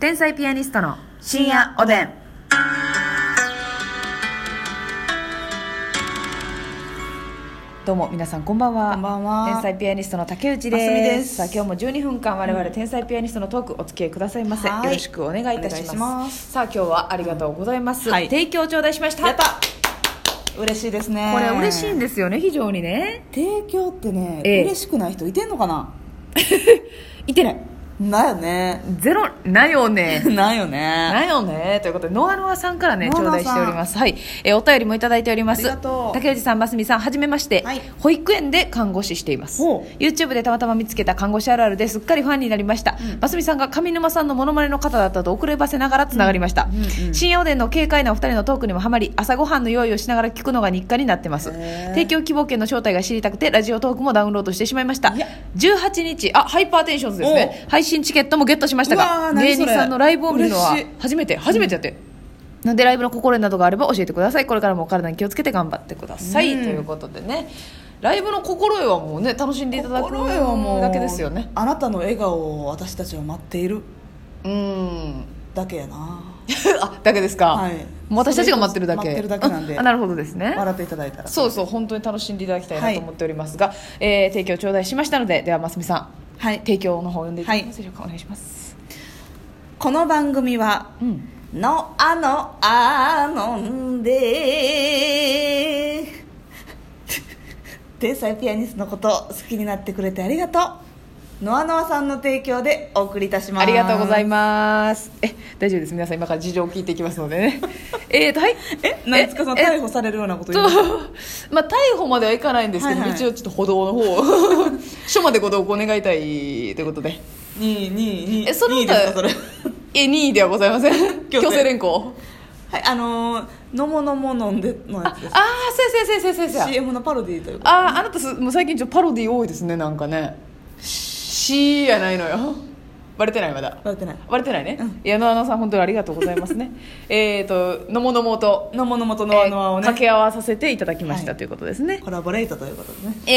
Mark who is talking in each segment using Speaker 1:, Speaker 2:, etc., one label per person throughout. Speaker 1: 天才ピアニストの
Speaker 2: 深夜おでん。
Speaker 1: どうも皆さんこんばんは
Speaker 2: こんばんは
Speaker 1: 天才ピアニストの竹内
Speaker 2: ますみ
Speaker 1: です
Speaker 2: です
Speaker 1: さあ今日も12分間我々天才ピアニストのトークお付き合いくださいませ、
Speaker 2: はい
Speaker 1: よろしくお願いいたします
Speaker 2: お願いしま
Speaker 1: さあ今日はありがとうございます、
Speaker 2: はい
Speaker 1: 提供頂戴しました
Speaker 2: やった嬉しいですね。
Speaker 1: これ嬉しいんですよね非常にね
Speaker 2: 提供ってね、
Speaker 1: ええ
Speaker 2: 嬉しくない人いてんのかない
Speaker 1: て ない
Speaker 2: なよね。
Speaker 1: ゼロなよね
Speaker 2: なよね。
Speaker 1: なよねということでノアノアさんからね
Speaker 2: ノア
Speaker 1: 頂
Speaker 2: ノアさ
Speaker 1: 戴
Speaker 2: ん
Speaker 1: しておりますはい、えーお便りもいただいております
Speaker 2: ありがとう
Speaker 1: 竹内さんますみさんはじめまして、
Speaker 2: はい
Speaker 1: 保育園で看護師しています
Speaker 2: ほ
Speaker 1: YouTube でたまたま見つけた看護師あるあるですっかりファンになりました、ますみさんが上沼さんのモノマネの方だったと遅ればせながらつながりました、
Speaker 2: うんうん
Speaker 1: 深夜おでんの軽快なお二人のトークにもハマり朝ごはんの用意をしながら聞くのが日課になってます
Speaker 2: へー
Speaker 1: 提供希望券の正体が知りたくてラジオトークもダウンロードしてしまいました
Speaker 2: いや
Speaker 1: 18日あハイパーテンションズですね配信チケットもゲットしました
Speaker 2: うわ
Speaker 1: が
Speaker 2: ー何
Speaker 1: 芸
Speaker 2: それ
Speaker 1: 人さんのライブを見るのは
Speaker 2: 嬉しい
Speaker 1: 初めて初めてやって、なんでライブの心得などがあれば教えてくださいこれからもお体に気をつけて頑張ってください、
Speaker 2: うん
Speaker 1: ということでねライブの心得はもうね楽しんでいただく
Speaker 2: 心よもう
Speaker 1: だけですよね
Speaker 2: あなたの笑顔を私たちは待っている
Speaker 1: うーん
Speaker 2: だけやな。
Speaker 1: あだけですか、
Speaker 2: はい
Speaker 1: もう私たちが待ってるだけ
Speaker 2: 待ってるだけなんで
Speaker 1: う あなるほどですね
Speaker 2: 笑っていただいたら。
Speaker 1: そうそう本当に楽しんでいただきたいなと思っておりますが、えー提供頂戴しましたのでではますみさん
Speaker 2: はい。
Speaker 1: 提供の方を読んでいただけますでしょうか、お願いします
Speaker 2: この番組は、
Speaker 1: うん
Speaker 2: のあのあのんで天才ピアニストのことを好きになってくれてありがとうノアノアさんの提供でお送りいたします
Speaker 1: ありがとうござい
Speaker 2: ま
Speaker 1: ますえ大丈夫です皆さん今から事情を聞いていきますので ねえーとはい
Speaker 2: え何ですかさん
Speaker 1: え
Speaker 2: 逮捕されるようなこと
Speaker 1: と
Speaker 2: 言うの、
Speaker 1: まあ、逮捕まではいかないんですけど、
Speaker 2: はいはい
Speaker 1: 一応ちょっと歩道の 方を署までご同行願いたいということで
Speaker 2: ににに
Speaker 1: えその
Speaker 2: にですかそれ
Speaker 1: え任意ではございません
Speaker 2: 強制
Speaker 1: 強制連行
Speaker 2: はいあのー「のものも飲んで」の
Speaker 1: ああ
Speaker 2: や
Speaker 1: ー
Speaker 2: つで
Speaker 1: そうやそうやそうやそうや
Speaker 2: す
Speaker 1: そうや
Speaker 2: CM のパロディーというか
Speaker 1: あーあなたすもう最近ちょっとパロディ多いですねなんかね「し」やないのよバレてないまだ
Speaker 2: 笑ってない
Speaker 1: バレてないね、
Speaker 2: うん
Speaker 1: いや野々さん本当にありがとうござい ますねえっと「のものも」と
Speaker 2: 「のものもと
Speaker 1: 「
Speaker 2: ノア
Speaker 1: えー
Speaker 2: ノア」をね、
Speaker 1: 掛け合わさせていただきました、
Speaker 2: はい
Speaker 1: ということですね
Speaker 2: コラボレートということでね
Speaker 1: え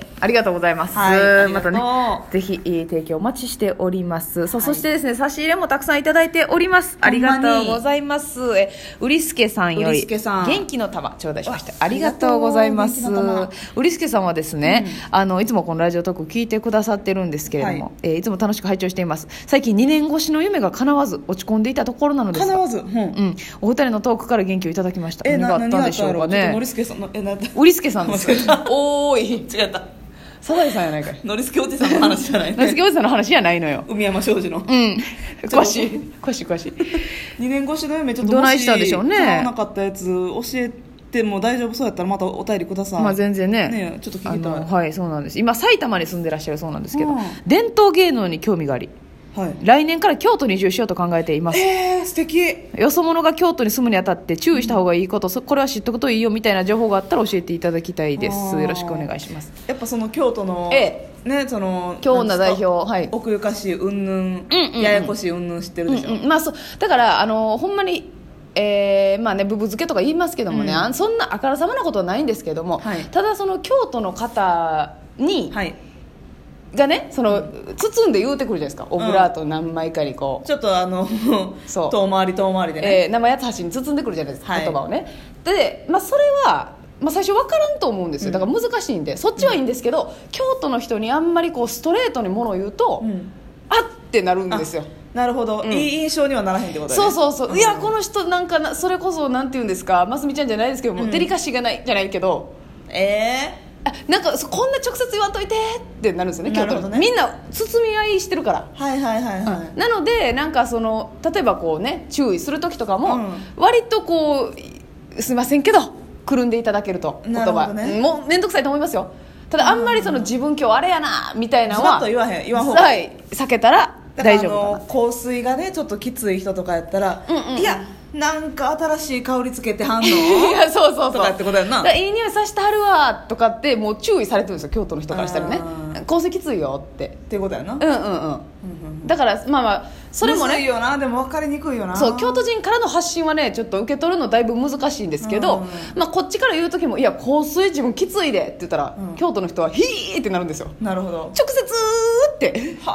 Speaker 1: えありがとうございます。
Speaker 2: はいあり
Speaker 1: ま
Speaker 2: がと
Speaker 1: た
Speaker 2: う
Speaker 1: ね、ぜひ、えー提供お待ちしております。そう、そしてですね、差し入れもたくさんいただいております。あ
Speaker 2: ほん
Speaker 1: り
Speaker 2: ま
Speaker 1: が
Speaker 2: に
Speaker 1: とうございます。え、うりすけさんよ
Speaker 2: うり
Speaker 1: り
Speaker 2: すけさん
Speaker 1: 元気の玉頂戴しました
Speaker 2: わ。
Speaker 1: ありがとうございます。
Speaker 2: ありがとう元気の
Speaker 1: うりすけさんはですね、あのいつもこのラジオトーク聞いてくださってるんですけれども、
Speaker 2: はい
Speaker 1: いえーいつも楽しく拝聴しています。最近2年越しの夢が叶わず落ち込んでいたところなのです
Speaker 2: 叶
Speaker 1: が、
Speaker 2: わず、うん
Speaker 1: うん、お二人のトークから元気をいただきました。
Speaker 2: え
Speaker 1: 何が
Speaker 2: な
Speaker 1: あったんでしょうか
Speaker 2: 何があったんや
Speaker 1: ね
Speaker 2: ろちょっとノリ。スケさんのえな
Speaker 1: うりすけさ んです
Speaker 2: 間違え。
Speaker 1: おーい。
Speaker 2: 違った
Speaker 1: サザエさんやないかい。
Speaker 2: ノリスケおじさんの話じゃない
Speaker 1: 夏
Speaker 2: ね
Speaker 1: 木おじさんの話じゃないのよ。
Speaker 2: 海山商事の
Speaker 1: うん。
Speaker 2: と
Speaker 1: 詳しい。詳しい、詳しい。
Speaker 2: 2年越しの夢ちょっと
Speaker 1: ど
Speaker 2: も
Speaker 1: ないしたでしょうね
Speaker 2: 叶わなかったやつ教えても大丈夫そうやったらまたお便りください
Speaker 1: まあ全然ね。
Speaker 2: ねえちょっと聞きたい
Speaker 1: あのはい、そうなんです。今、埼玉に住んでらっしゃるそうなんですけど、
Speaker 2: うん
Speaker 1: 伝統芸能に興味があり、
Speaker 2: はい
Speaker 1: 来年から京都に移住しようと考えています。
Speaker 2: えー、素敵
Speaker 1: よそ者が京都に住むにあたって注意した方がいいこと、そこれは知っとくといいよみたいな情報があったら教えていただきたいです。
Speaker 2: あー
Speaker 1: よろしくお願いします。
Speaker 2: やっぱその京都の、
Speaker 1: え
Speaker 2: ねその
Speaker 1: 京女代表
Speaker 2: なんですか
Speaker 1: はい
Speaker 2: 奥ゆかしい云々
Speaker 1: うんうん
Speaker 2: ややこしい云々知ってるでしょ、
Speaker 1: うんうんまあ、そうだからあのほんまに、えーまあね、ブブ漬けとか言いますけどもね、
Speaker 2: うん
Speaker 1: あんそんなあからさまなことはないんですけども、
Speaker 2: はい
Speaker 1: ただその京都の方に、
Speaker 2: はい
Speaker 1: がねその包んで言うてくるじゃないですかオブラート何枚かにこう、
Speaker 2: ちょっとあの
Speaker 1: そう
Speaker 2: 遠回り遠回りでね、
Speaker 1: えー生八つ橋に包んでくるじゃないですか、
Speaker 2: はい
Speaker 1: 言葉をねで、まあ、それは、まあ、最初分からんと思うんですよだから難しいんで、そっちはいいんですけど、京都の人にあんまりこうストレートにものを言うと、
Speaker 2: うん
Speaker 1: あってなるんですよ
Speaker 2: なるほど、
Speaker 1: うん
Speaker 2: いい印象にはならへんってことだ
Speaker 1: そ
Speaker 2: ね
Speaker 1: うそうそう、
Speaker 2: ん
Speaker 1: いやこの人なんかなそれこそなんて言うんですかますみちゃんじゃないですけども、
Speaker 2: うん
Speaker 1: デリカシーがないじゃないけど
Speaker 2: えー、
Speaker 1: あなんかそこんな直接言わんといてってなるんですよね
Speaker 2: な
Speaker 1: 京
Speaker 2: るほ
Speaker 1: 都
Speaker 2: ど
Speaker 1: の、
Speaker 2: ね
Speaker 1: みんな包み合いしてるから、
Speaker 2: はいはいはいはい、
Speaker 1: なのでなんかその例えばこうね注意する時とかも、
Speaker 2: うん
Speaker 1: 割とこうすいませんけどくるんでいただけると言
Speaker 2: なるほ
Speaker 1: 葉、
Speaker 2: どね
Speaker 1: うんもう面倒くさいと思いますよただあんまりその自分今日あれやなみたいなのは
Speaker 2: ズバッと言わへん言わん方が
Speaker 1: はい避けたら
Speaker 2: だから
Speaker 1: 大
Speaker 2: あ
Speaker 1: 丈夫かな
Speaker 2: の香水がねちょっときつい人とかやったら、
Speaker 1: うんうんうん
Speaker 2: いやなんか新しい香りつけては んの
Speaker 1: いやそうそうそう
Speaker 2: とかってことやんな
Speaker 1: だからいい匂いさしてはるわとかってもう注意されてるんですよ京都の人からしたらね
Speaker 2: あー
Speaker 1: 香水きついよって
Speaker 2: ってことやな、
Speaker 1: うんうんうんだからまあまあそれも
Speaker 2: むずい
Speaker 1: ね
Speaker 2: よなでも分かりにくいよな
Speaker 1: そう京都人からの発信はねちょっと受け取るのだいぶ難しいんですけど、
Speaker 2: う
Speaker 1: まあ、こっちから言う時も「いや香水自分きついで」って言ったら、
Speaker 2: うん
Speaker 1: 京都の人は「ヒー!」ってなるんですよ
Speaker 2: なるほど
Speaker 1: 直接って
Speaker 2: は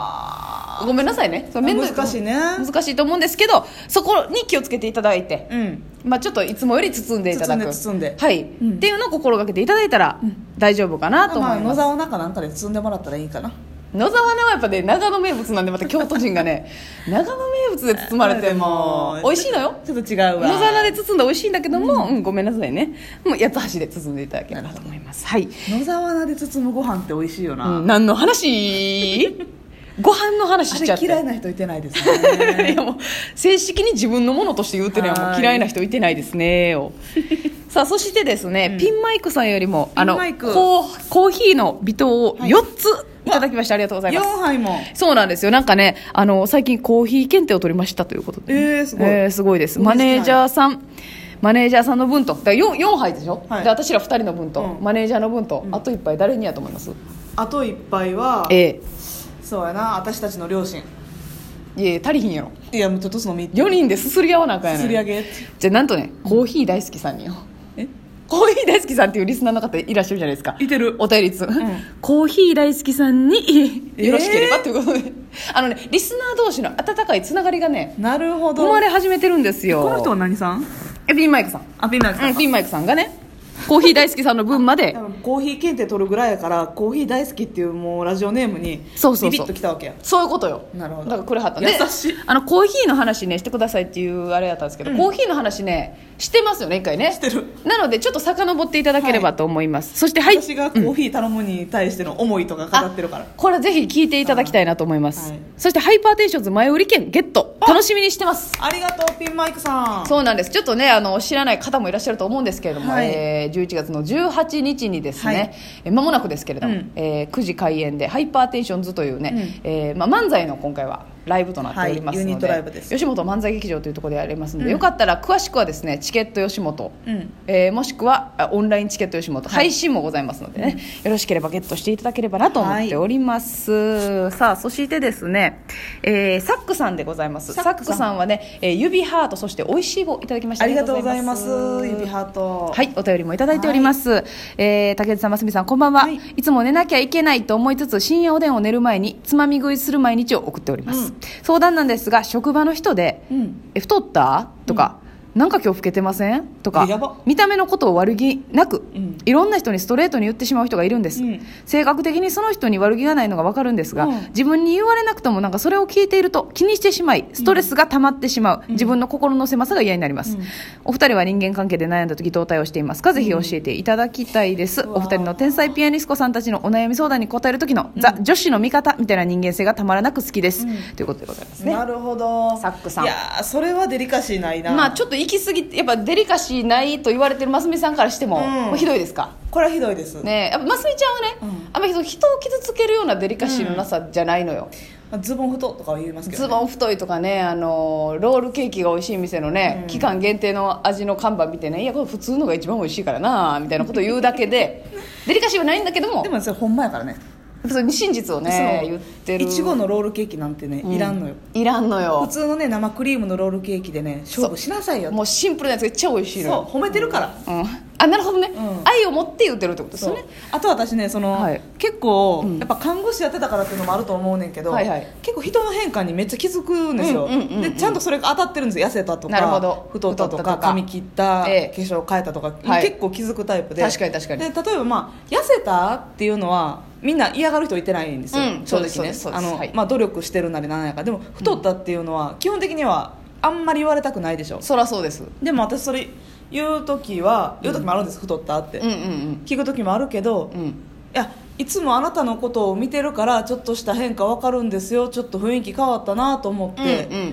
Speaker 2: は
Speaker 1: ごめんなさいねその面倒
Speaker 2: 難しいね
Speaker 1: 難しいと思うんですけどそこに気をつけていただいて、
Speaker 2: うん
Speaker 1: まあ、ちょっといつもより包んでいただく
Speaker 2: 包んで包んで
Speaker 1: はい
Speaker 2: うん
Speaker 1: っていうのを心がけていただいたら大丈夫かなと思
Speaker 2: まあ
Speaker 1: い
Speaker 2: 野
Speaker 1: ます、
Speaker 2: 沢なんかなんかで包んでもらったらいいかな
Speaker 1: 野沢菜はやっぱね長野名物なんでまた京都人が ね長野名物で包まれても美味しいのよ
Speaker 2: ちょっと違うわ
Speaker 1: 野沢菜で包んだ美味しいんだけども、うんごめんなさいねもう八つ橋で包んでいただければと思いますはい、
Speaker 2: 野沢菜で包むご飯って美味しいよな、
Speaker 1: うん、何の 話ご飯の話
Speaker 2: あ
Speaker 1: しちゃっ
Speaker 2: れ
Speaker 1: て
Speaker 2: 嫌いな人いてな いですね
Speaker 1: いやもう正式に自分のものとして言うってのはも
Speaker 2: は
Speaker 1: う
Speaker 2: い
Speaker 1: 嫌いな人いてないですね をさあそしてですね、ピンマイクさんよりもあの
Speaker 2: ピンマイク
Speaker 1: コーコーヒーの微糖を
Speaker 2: はい
Speaker 1: 4ついただきましてありがとうござい
Speaker 2: 4
Speaker 1: ます
Speaker 2: 杯も
Speaker 1: そうなんですよなんかねあの最近コーヒー検定を取りましたということで、
Speaker 2: えーすごい
Speaker 1: えーすごいです
Speaker 2: 嬉
Speaker 1: マ
Speaker 2: しい
Speaker 1: ネージャーさんマネージャーさんの分とだから 4, 4杯でしょ、
Speaker 2: はい
Speaker 1: で私ら2人の分と、
Speaker 2: うん
Speaker 1: マネージャーの分と、あと1杯誰にやと思います
Speaker 2: あと1杯は
Speaker 1: え
Speaker 2: そうやな私たちの両親
Speaker 1: えいえ足りひんやろ
Speaker 2: いやもうちょっとその3つ
Speaker 1: 4人ですすり合わなあかんやない
Speaker 2: 釣り上げ
Speaker 1: じゃあなんとねコーヒー大好きさんによ
Speaker 2: え
Speaker 1: コーヒー大好きさんっていうリスナーの方いらっしゃるじゃないですか
Speaker 2: いてる
Speaker 1: お便りつ、
Speaker 2: ん
Speaker 1: コーヒー大好きさんに
Speaker 2: えー
Speaker 1: よろしければということで、あのねリスナー同士の温かいつながりがね
Speaker 2: なるほど
Speaker 1: 生まれ始めてるんですよ
Speaker 2: この人は何さん
Speaker 1: えピンマイクさん
Speaker 2: あピンナーズさ
Speaker 1: うんんピンマイクさんがねコーヒー大好きさんの分まで
Speaker 2: 多分コーヒー検定取るぐらいやからコーヒー大好きっていうもうラジオネームに
Speaker 1: そうそうそう
Speaker 2: ビビッときたわけや
Speaker 1: そういうことよ
Speaker 2: なるほど
Speaker 1: だからくれはった
Speaker 2: 優しい
Speaker 1: あのコーヒーの話ねしてくださいっていうあれやったんですけど、コーヒーの話ねしてますよね一回ね
Speaker 2: してる
Speaker 1: なのでちょっと遡っていただければと思います、そしてはい
Speaker 2: 私がコーヒー頼むに対しての思いとか語ってるから
Speaker 1: これはぜひ聞いていただきたいなと思います、
Speaker 2: はい
Speaker 1: そしてハイパーテンションズ前売り券ゲット楽しみにしてます
Speaker 2: ありがとうピンマイクさん
Speaker 1: そうなんですちょっとねあの知らない方もいらっしゃると思うんですけれども、
Speaker 2: はい
Speaker 1: えー11月の18日にです
Speaker 2: は
Speaker 1: ね
Speaker 2: い
Speaker 1: えー間もなくですけれども、
Speaker 2: うん
Speaker 1: えー9時開演で「ハイパーテンションズ」というね、えーまあ、漫才の今回はライブとなっておりますので,、
Speaker 2: はいユニットライブです
Speaker 1: 吉本漫才劇場というところでやりますので、よかったら詳しくはですねチケット吉本、
Speaker 2: うん
Speaker 1: えーもしくはあオンラインチケット吉本、
Speaker 2: は
Speaker 1: 配
Speaker 2: い
Speaker 1: 信もございますのでね、よろしければゲットしていただければなと思っております、さあそしてですね、えーサックさんでございますサ
Speaker 2: サ
Speaker 1: ッ
Speaker 2: ッ
Speaker 1: ク
Speaker 2: クさん
Speaker 1: さんはね、えー指ハートそして美味しい棒いただきました
Speaker 2: ありがとうございます指
Speaker 1: ー
Speaker 2: ハート
Speaker 1: はいお便りもいただいております、えー竹内さん真澄さんこんばんは、
Speaker 2: はい
Speaker 1: い、つも寝なきゃいけないと思いつつ深夜おでんを寝る前につまみ食いする毎日を送っております、
Speaker 2: うん
Speaker 1: 相談なんですが職場の人で、
Speaker 2: うん
Speaker 1: え太ったとか、なんか今日老けてませんとか
Speaker 2: やば
Speaker 1: 見た目のことを悪気なく、
Speaker 2: うん
Speaker 1: いろんな人にストレートに言ってしまう人がいるんです、
Speaker 2: うん
Speaker 1: 性格的にその人に悪気がないのが分かるんですが、
Speaker 2: うん
Speaker 1: 自分に言われなくともなんかそれを聞いていると気にしてしまいストレスが溜まってしまう、自分の心の狭さが嫌になります、お二人は人間関係で悩んだ時どう対応していますかぜひ教えていただきたいです、
Speaker 2: うわ
Speaker 1: お二人の天才ピアニスコさんたちのお悩み相談に答える時の、ザ女子の味方みたいな人間性がたまらなく好きです、ということでございますね
Speaker 2: なるほど
Speaker 1: サックさん
Speaker 2: いやーそれはデリカシーないな
Speaker 1: まあちょっと行き過ぎてやっぱデリカシーないと言われてるますみさんからしても,、
Speaker 2: うん
Speaker 1: もうひどいですか
Speaker 2: これはひどいです
Speaker 1: ねえやっぱますみちゃんはね、
Speaker 2: うん
Speaker 1: あんまりその人を傷つけるようなデリカシーのなさじゃないのよ、
Speaker 2: まあズボン太とかは言いますけど
Speaker 1: ズ
Speaker 2: ね
Speaker 1: ボン太いとかねあのロールケーキが美味しい店のね、期間限定の味の看板見てねいやこれ普通のが一番美味しいからなみたいなことを言うだけ でデリカシーはないんだけども
Speaker 2: でもそれほんまやからね
Speaker 1: 普通に真実をね
Speaker 2: そう
Speaker 1: 言ってる
Speaker 2: いちごのロールケーキなんてねいらんのよ
Speaker 1: いらんのよ
Speaker 2: 普通のね生クリームのロールケーキでね勝負しなさいよ
Speaker 1: もうシンプルなやつが超美味しいの
Speaker 2: そう
Speaker 1: よ
Speaker 2: 褒めてるから
Speaker 1: うん、あなるほどね、
Speaker 2: うん
Speaker 1: 愛を持って言ってるってことです
Speaker 2: そう
Speaker 1: よ
Speaker 2: ね
Speaker 1: ね、
Speaker 2: あと私ねその、
Speaker 1: はい
Speaker 2: 結構、
Speaker 1: うん
Speaker 2: やっぱ看護師やってたからっていうのもあると思うねんけど、
Speaker 1: はいはい
Speaker 2: 結構人の変化にめっちゃ気づくんですよ、
Speaker 1: うんうんうんうん
Speaker 2: でちゃんとそれが当たってるんですよ痩せたとか
Speaker 1: なるほど
Speaker 2: 太ったと
Speaker 1: 太
Speaker 2: か
Speaker 1: ったとか
Speaker 2: 髪切った、
Speaker 1: ええ
Speaker 2: 化粧変えたとか、
Speaker 1: はい
Speaker 2: 結構気づくタイプで
Speaker 1: 確かに確かに
Speaker 2: で例えばまあ痩せたっていうのはみんな嫌がる人いてないんですよ、
Speaker 1: うんそうですねそうで
Speaker 2: あ
Speaker 1: す
Speaker 2: の、
Speaker 1: はい
Speaker 2: まあ、努力してるなりなんやかでも太ったっていうのは基本的にはあんまり言われたくないでしょ、
Speaker 1: そりゃそうです
Speaker 2: でも私それ言う時は言う時もあるんです、太ったって、
Speaker 1: うんうん
Speaker 2: 聞く時もあるけど、
Speaker 1: うんうん
Speaker 2: いやいつもあなたのことを見てるからちょっとした変化わかるんですよちょっと雰囲気変わったなと思っ
Speaker 1: うん
Speaker 2: て、
Speaker 1: うんうんう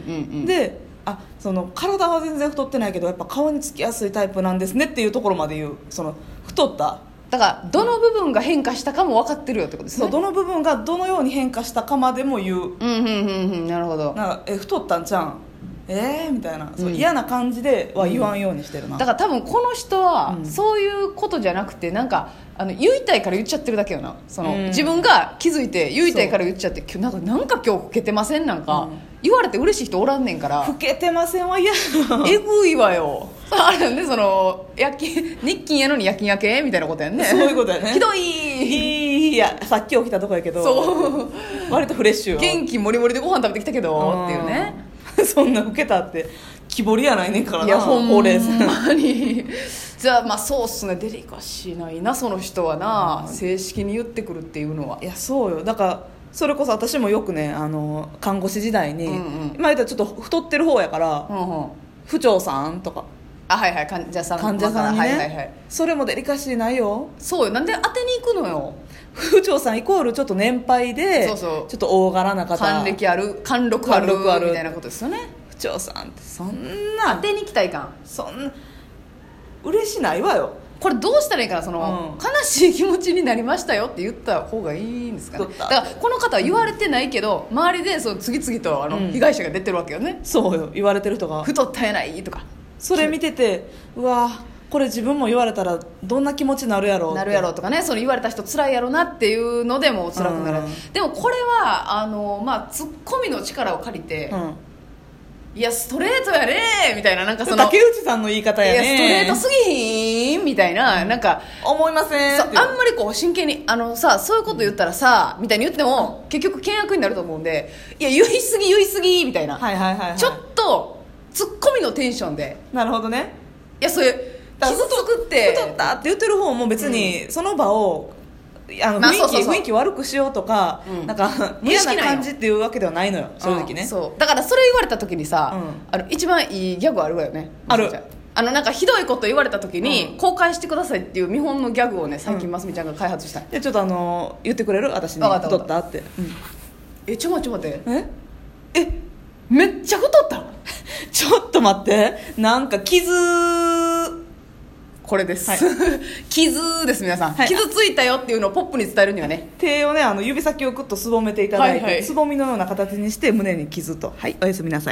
Speaker 1: ん
Speaker 2: であその体は全然太ってないけどやっぱ顔につきやすいタイプなんですねっていうところまで言うその太った
Speaker 1: だからどの部分が変化したかも分かってるよってことです
Speaker 2: そう、
Speaker 1: ね
Speaker 2: どの部分がどのように変化したかまでも言う
Speaker 1: うんうんうんうんなるほど
Speaker 2: なんかえ太ったんちゃうんえー、みたいな、そう
Speaker 1: うん
Speaker 2: 嫌な感じでは言わんようにしてるな、
Speaker 1: だから多分この人は
Speaker 2: うん
Speaker 1: そういうことじゃなくてなんかあの言いたいから言っちゃってるだけよなその、
Speaker 2: うん
Speaker 1: 自分が気づいて言いたいから言っちゃってきょなんかなんか今日老けてませんなんか、
Speaker 2: うん
Speaker 1: 言われて嬉しい人おらんねんから
Speaker 2: 老けてませんは嫌な
Speaker 1: えぐいわよあれよねその夜勤日勤やのに夜勤明けみたいなことやんね
Speaker 2: そういうことやね
Speaker 1: ひどい
Speaker 2: いいいやさっき起きたとこやけど
Speaker 1: そう
Speaker 2: 割とフレッシュよ
Speaker 1: 元気もりもりでご飯食べてきたけどっていうね
Speaker 2: うん そんな老けたって木彫りやないねんからない
Speaker 1: やほん
Speaker 2: ほうれい線
Speaker 1: まに じゃあまあそうっすねデリカシーないなその人はな正式に言ってくるっていうのはい
Speaker 2: やそうよだからそれこそ私もよくねあの看護師時代に、
Speaker 1: うんうん
Speaker 2: 今言ったらちょっと太ってる方やから、
Speaker 1: うんうん
Speaker 2: 不調さんとか
Speaker 1: あはいはい患者さん
Speaker 2: 患者さんにね、
Speaker 1: はいはいはい
Speaker 2: それもデリカシーないよ
Speaker 1: そうよなんで当てに行くのよ
Speaker 2: 不調さんイコールちょっと年配で
Speaker 1: そうそう
Speaker 2: ちょっと大柄な方
Speaker 1: 還暦ある貫禄ある
Speaker 2: 貫禄ある
Speaker 1: みたいなことですよね
Speaker 2: 不調さんってそん
Speaker 1: 当
Speaker 2: な
Speaker 1: てに行きたいかん
Speaker 2: そんな嬉しないわよ
Speaker 1: これどうしたらいいかなその、
Speaker 2: うん
Speaker 1: 悲しい気持ちになりましたよって言った方がいいんですかね
Speaker 2: どうだ
Speaker 1: だからこの方は言われてないけど、周りでその次々とあの、
Speaker 2: うん
Speaker 1: 被害者が出てるわけよね
Speaker 2: そうよ言われてる人が
Speaker 1: 太ったやないとか
Speaker 2: それ見ててうわこれ自分も言われたらどんな気持ちになるやろうって
Speaker 1: なるやろうとかねその言われた人辛いやろなっていうのでもう辛くなる、
Speaker 2: うん
Speaker 1: でもこれはあの、まあ、ツッコミの力を借りて、
Speaker 2: うん
Speaker 1: いやストレートやねみたいななんかその
Speaker 2: 竹内さんの言い方やね
Speaker 1: いやストレートすぎひんみたいななんか
Speaker 2: 思いません
Speaker 1: そう
Speaker 2: っていう
Speaker 1: あんまりこう真剣にあのさそういうこと言ったらさみたいに言っても結局険悪になると思うんでいや言いすぎ言いすぎみたいな、
Speaker 2: はいはいはい、はい、
Speaker 1: ちょっとツッコミのテンションで
Speaker 2: なるほどね
Speaker 1: いやそういう傷つくって
Speaker 2: 太ったって言ってる方も別にその場を、あの
Speaker 1: まあ
Speaker 2: 雰囲気、
Speaker 1: そうそうそう
Speaker 2: 雰囲気悪くしようとか、
Speaker 1: うん
Speaker 2: なんか
Speaker 1: 無意
Speaker 2: 嫌
Speaker 1: 識なん
Speaker 2: な
Speaker 1: よ
Speaker 2: 感じっていうわけではないのよ正直
Speaker 1: う
Speaker 2: ね
Speaker 1: ん、そうだからそれ言われた時にさ、
Speaker 2: う
Speaker 1: あの一番いいギャグあるわよね
Speaker 2: ある
Speaker 1: ますみちゃんあのなんかひどいこと言われた時に、
Speaker 2: うん
Speaker 1: 公開してくださいっていう見本のギャグをね最
Speaker 2: う
Speaker 1: 近ますみちゃんが開発したの
Speaker 2: でちょっとあの言ってくれる私に
Speaker 1: わかった
Speaker 2: 太ったって、
Speaker 1: えちょ待ってちょ待って
Speaker 2: うんええ
Speaker 1: めっちゃ太った
Speaker 2: ちょっと待ってなんか傷
Speaker 1: これです、
Speaker 2: はい
Speaker 1: 傷です皆さん、
Speaker 2: はい
Speaker 1: 傷ついたよっていうのをポップに伝えるにはね
Speaker 2: 手をねあの指先をグッとすぼめていただいて、
Speaker 1: はいはい
Speaker 2: つぼみのような形にして胸に傷とはいおやすみなさい